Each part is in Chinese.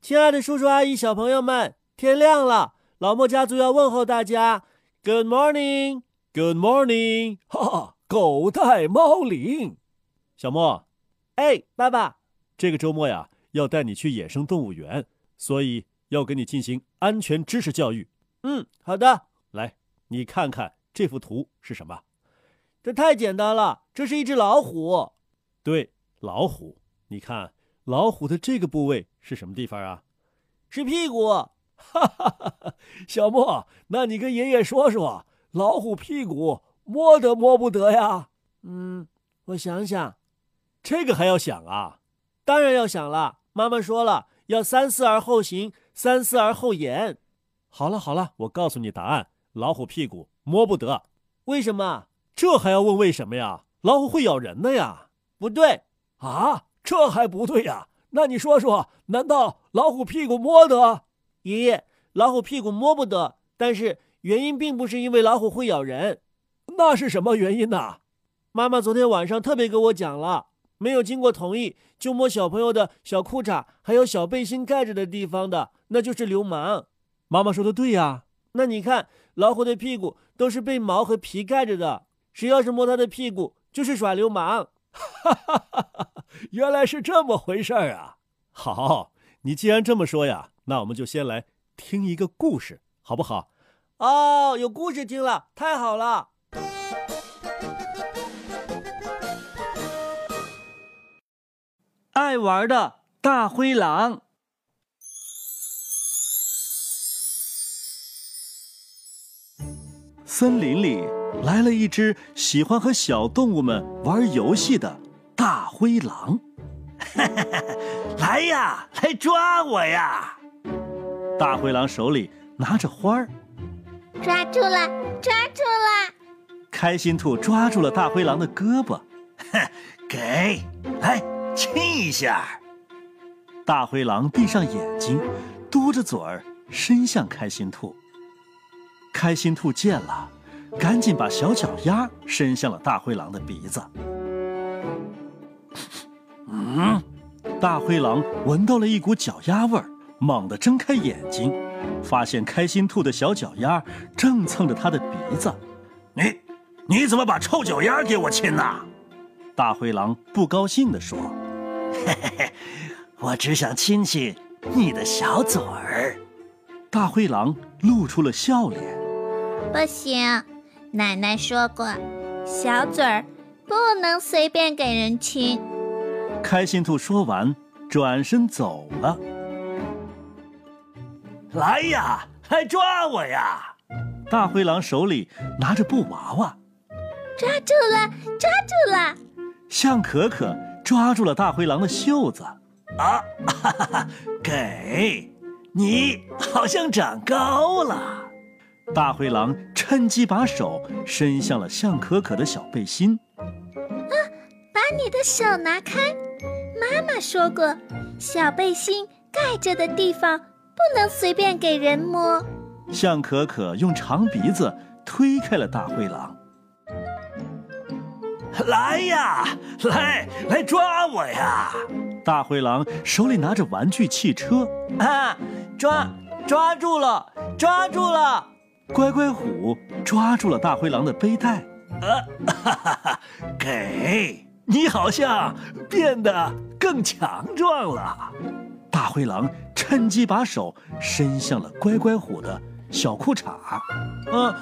亲爱的叔叔阿姨、小朋友们，天亮了，老莫家族要问候大家。Good morning，Good morning，哈哈，狗带猫铃。小莫，哎，爸爸，这个周末呀，要带你去野生动物园，所以要给你进行安全知识教育。嗯，好的。来，你看看这幅图是什么？这太简单了，这是一只老虎。对，老虎。你看，老虎的这个部位是什么地方啊？是屁股。 哈哈哈哈！小莫，那你跟爷爷说说，老虎屁股摸得摸不得呀？嗯，我想想，这个还要想啊？当然要想了。妈妈说了，要三思而后行，三思而后言。好了好了，我告诉你答案：老虎屁股摸不得。为什么？这还要问为什么呀？老虎会咬人的呀？不对啊，这还不对呀？那你说说，难道老虎屁股摸得？爷爷，老虎屁股摸不得，但是原因并不是因为老虎会咬人，那是什么原因呢、啊？妈妈昨天晚上特别跟我讲了，没有经过同意就摸小朋友的小裤衩还有小背心盖着的地方的，那就是流氓。妈妈说的对呀、啊，那你看，老虎的屁股都是被毛和皮盖着的，谁要是摸它的屁股，就是耍流氓。哈哈哈哈原来是这么回事儿啊！好，你既然这么说呀。那我们就先来听一个故事，好不好？哦，有故事听了，太好了！爱玩的大灰狼。森林里来了一只喜欢和小动物们玩游戏的大灰狼。 来呀，来抓我呀！大灰狼手里拿着花儿，抓住了，抓住了！开心兔抓住了大灰狼的胳膊，哼， 给，来亲一下。大灰狼闭上眼睛，嘟着嘴儿伸向开心兔。开心兔见了，赶紧把小脚丫伸向了大灰狼的鼻子。嗯，大灰狼闻到了一股脚丫味儿。猛地睁开眼睛，发现开心兔的小脚丫正蹭着它的鼻子。你，你怎么把臭脚丫给我亲呐、啊？大灰狼不高兴地说：“嘿嘿嘿， 我只想亲亲你的小嘴儿。”大灰狼露出了笑脸。不行，奶奶说过，小嘴儿不能随便给人亲。开心兔说完，转身走了。来呀，来抓我呀！大灰狼手里拿着布娃娃，抓住了，抓住了！向可可抓住了大灰狼的袖子， 啊，哈哈哈！给，你好像长高了。大灰狼趁机把手伸向了向可可的小背心，啊，把你的手拿开！妈妈说过，小背心盖着的地方。不能随便给人摸。向可可用长鼻子推开了大灰狼。来呀，来来抓我呀！大灰狼手里拿着玩具汽车。啊，抓抓住了，抓住了！乖乖虎抓住了大灰狼的背带。啊，哈哈哈！ 给你好像变得更强壮了。大灰狼趁机把手伸向了乖乖虎的小裤衩，嗯，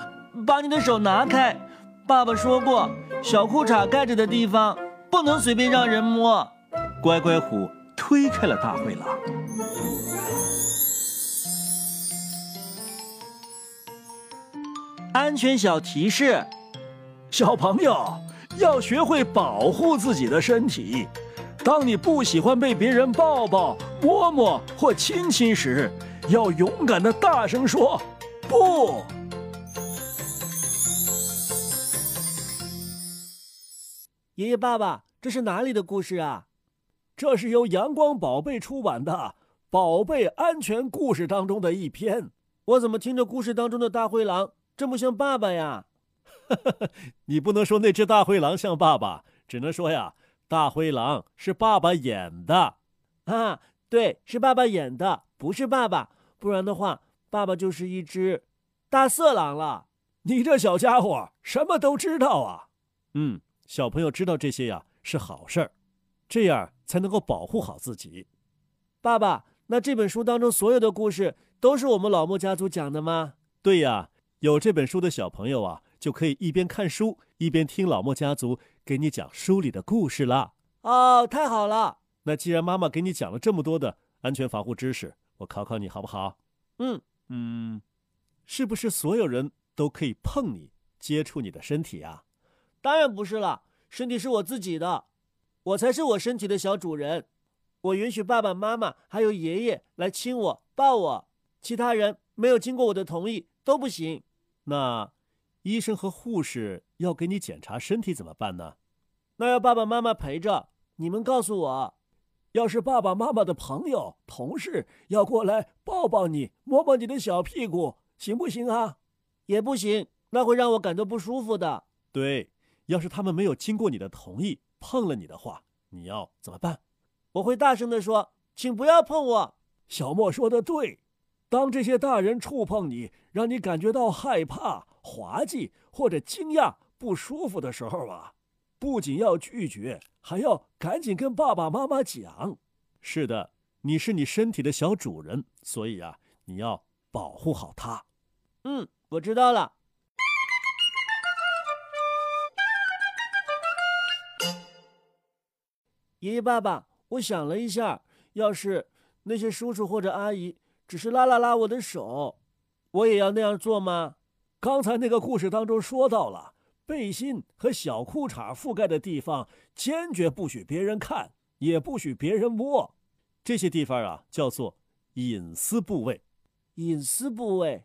把你的手拿开。爸爸说过，小裤衩盖着的地方不能随便让人摸。乖乖虎推开了大灰狼。安全小提示：小朋友要学会保护自己的身体。当你不喜欢被别人抱抱、摸摸或亲亲时，要勇敢的大声说“不”。爷爷、爸爸，这是哪里的故事啊？这是由阳光宝贝出版的《宝贝安全故事》当中的一篇。我怎么听着故事当中的大灰狼这么像爸爸 呀？你不能说那只大灰狼像爸爸，只能说呀。大灰狼是爸爸演的，啊，对，是爸爸演的，不是爸爸，不然的话，爸爸就是一只大色狼了。你这小家伙什么都知道啊！嗯，小朋友知道这些呀是好事儿，这样才能够保护好自己。爸爸，那这本书当中所有的故事都是我们老莫家族讲的吗？对呀，有这本书的小朋友啊，就可以一边看书一边听老莫家族给你讲书里的故事啦。哦，太好了！那既然妈妈给你讲了这么多的安全防护知识，我考考你好不好？嗯嗯，是不是所有人都可以碰你、接触你的身体啊？当然不是了，身体是我自己的，我才是我身体的小主人。我允许爸爸妈妈还有爷爷来亲我、抱我，其他人没有经过我的同意都不行。那医生和护士要给你检查身体怎么办呢？那要爸爸妈妈陪着。你们告诉我，要是爸爸妈妈的朋友、同事要过来抱抱你、摸摸你的小屁股，行不行啊？也不行，那会让我感到不舒服的。对，要是他们没有经过你的同意碰了你的话，你要怎么办？我会大声地说：“请不要碰我。”小莫说的对，当这些大人触碰你，让你感觉到害怕、滑稽或者惊讶、不舒服的时候啊，不仅要拒绝，还要赶紧跟爸爸妈妈讲。是的，你是你身体的小主人，所以啊，你要保护好它。嗯，我知道了。爷爷，爸爸。我想了一下，要是那些叔叔或者阿姨只是拉了拉我的手，我也要那样做吗？刚才那个故事当中说到了，背心和小裤衩覆盖的地方，坚决不许别人看，也不许别人摸。这些地方啊，叫做隐私部位。隐私部位，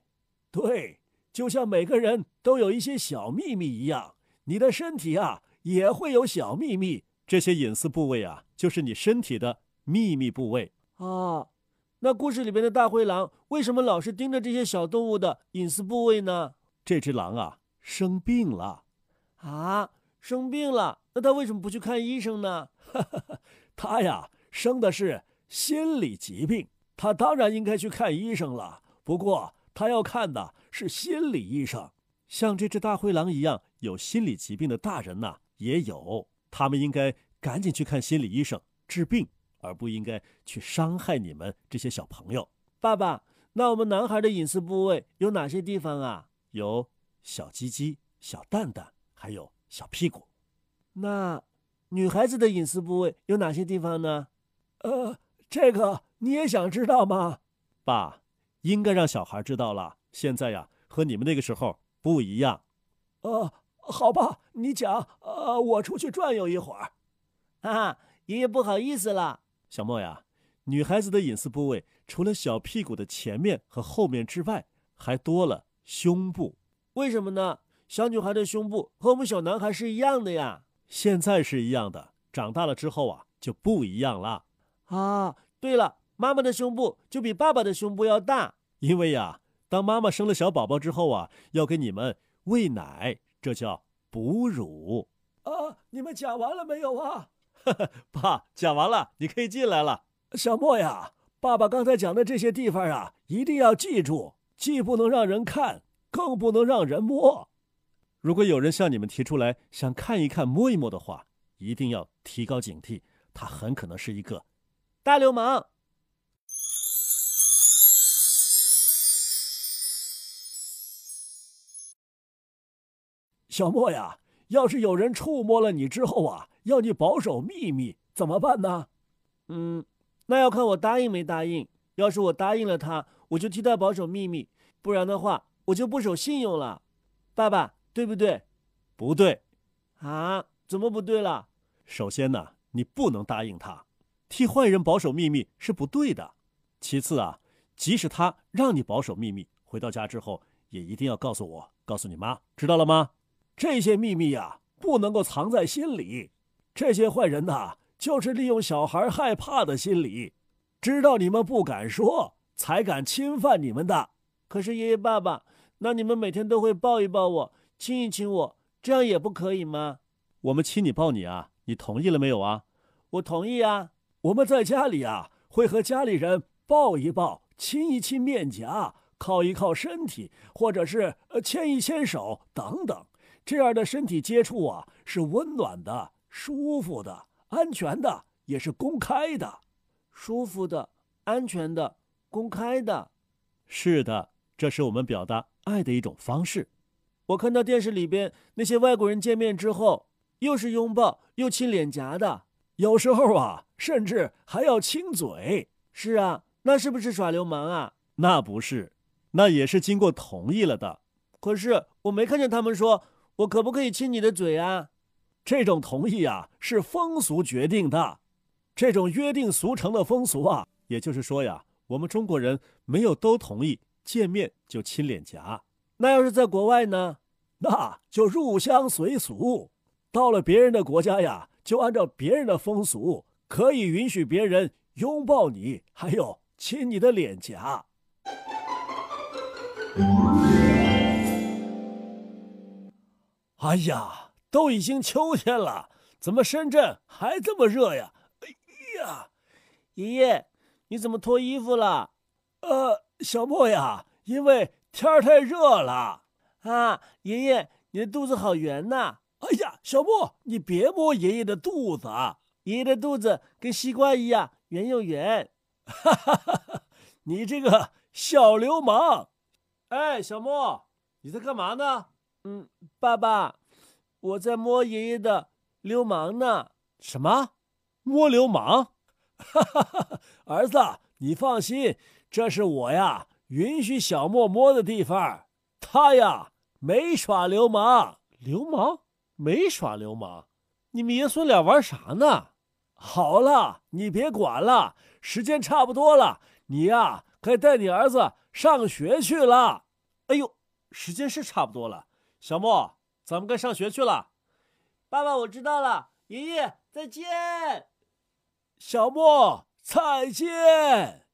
对，就像每个人都有一些小秘密一样，你的身体啊也会有小秘密。这些隐私部位啊，就是你身体的秘密部位啊。那故事里边的大灰狼为什么老是盯着这些小动物的隐私部位呢？这只狼啊，生病了啊，生病了。那它为什么不去看医生 呢？它呀，生的是心理疾病，它当然应该去看医生了。不过它要看的是心理医生。像这只大灰狼一样有心理疾病的大人呐、啊，也有。他们应该赶紧去看心理医生治病，而不应该去伤害你们这些小朋友。爸爸，那我们男孩的隐私部位有哪些地方啊？有小鸡鸡、小蛋蛋，还有小屁股。那女孩子的隐私部位有哪些地方呢？呃，这个你也想知道吗？爸，应该让小孩知道了。现在呀，和你们那个时候不一样。呃。好吧，你讲，呃，我出去转悠一会儿。啊，爷爷不好意思了。小莫呀，女孩子的隐私部位除了小屁股的前面和后面之外，还多了胸部。为什么呢？小女孩的胸部和我们小男孩是一样的呀。现在是一样的，长大了之后啊就不一样了。啊，对了，妈妈的胸部就比爸爸的胸部要大，因为呀，当妈妈生了小宝宝之后啊，要给你们喂奶。这叫哺乳啊！你们讲完了没有啊？ 爸，讲完了，你可以进来了。小莫呀，爸爸刚才讲的这些地方啊，一定要记住，既不能让人看，更不能让人摸。如果有人向你们提出来想看一看、摸一摸的话，一定要提高警惕，他很可能是一个大流氓。小莫呀，要是有人触摸了你之后啊，要你保守秘密，怎么办呢？嗯，那要看我答应没答应。要是我答应了他，我就替他保守秘密；不然的话，我就不守信用了。爸爸，对不对？不对。啊？怎么不对了？首先呢、啊，你不能答应他，替坏人保守秘密是不对的。其次啊，即使他让你保守秘密，回到家之后也一定要告诉我，告诉你妈，知道了吗？这些秘密呀、啊，不能够藏在心里。这些坏人呐、啊，就是利用小孩害怕的心理，知道你们不敢说，才敢侵犯你们的。可是爷爷、爸爸，那你们每天都会抱一抱我，亲一亲我，这样也不可以吗？我们亲你、抱你啊，你同意了没有啊？我同意啊。我们在家里啊，会和家里人抱一抱、亲一亲面颊，靠一靠身体，或者是呃牵一牵手等等。这样的身体接触啊，是温暖的、舒服的、安全的，也是公开的。舒服的、安全的、公开的。是的，这是我们表达爱的一种方式。我看到电视里边那些外国人见面之后，又是拥抱，又亲脸颊的，有时候啊，甚至还要亲嘴。是啊，那是不是耍流氓啊？那不是，那也是经过同意了的。可是我没看见他们说，我可不可以亲你的嘴啊？这种同意啊，是风俗决定的。这种约定俗成的风俗啊，也就是说呀，我们中国人没有都同意见面就亲脸颊。那要是在国外呢？那就入乡随俗，到了别人的国家呀，就按照别人的风俗，可以允许别人拥抱你，还有亲你的脸颊。哎呀，都已经秋天了，怎么深圳还这么热呀？哎呀，爷爷，你怎么脱衣服了？呃，小莫呀，因为。天儿太热了啊！爷爷，你的肚子好圆呐！哎呀，小莫，你别摸爷爷的肚子啊！爷爷的肚子跟西瓜一样圆又圆。哈哈哈！ 你这个小流氓！哎，小莫，你在干嘛呢？嗯，爸爸，我在摸爷爷的流氓呢。什么？摸流氓？ 哈哈哈！儿子，你放心，这是我呀。允许小莫摸的地方，他呀没耍流氓，流氓没耍流氓，你们爷孙俩玩啥呢？好了，你别管了，时间差不多了，你呀该带你儿子上学去了。哎呦，时间是差不多了，小莫，咱们该上学去了。爸爸，我知道了，爷爷再见。小莫再见。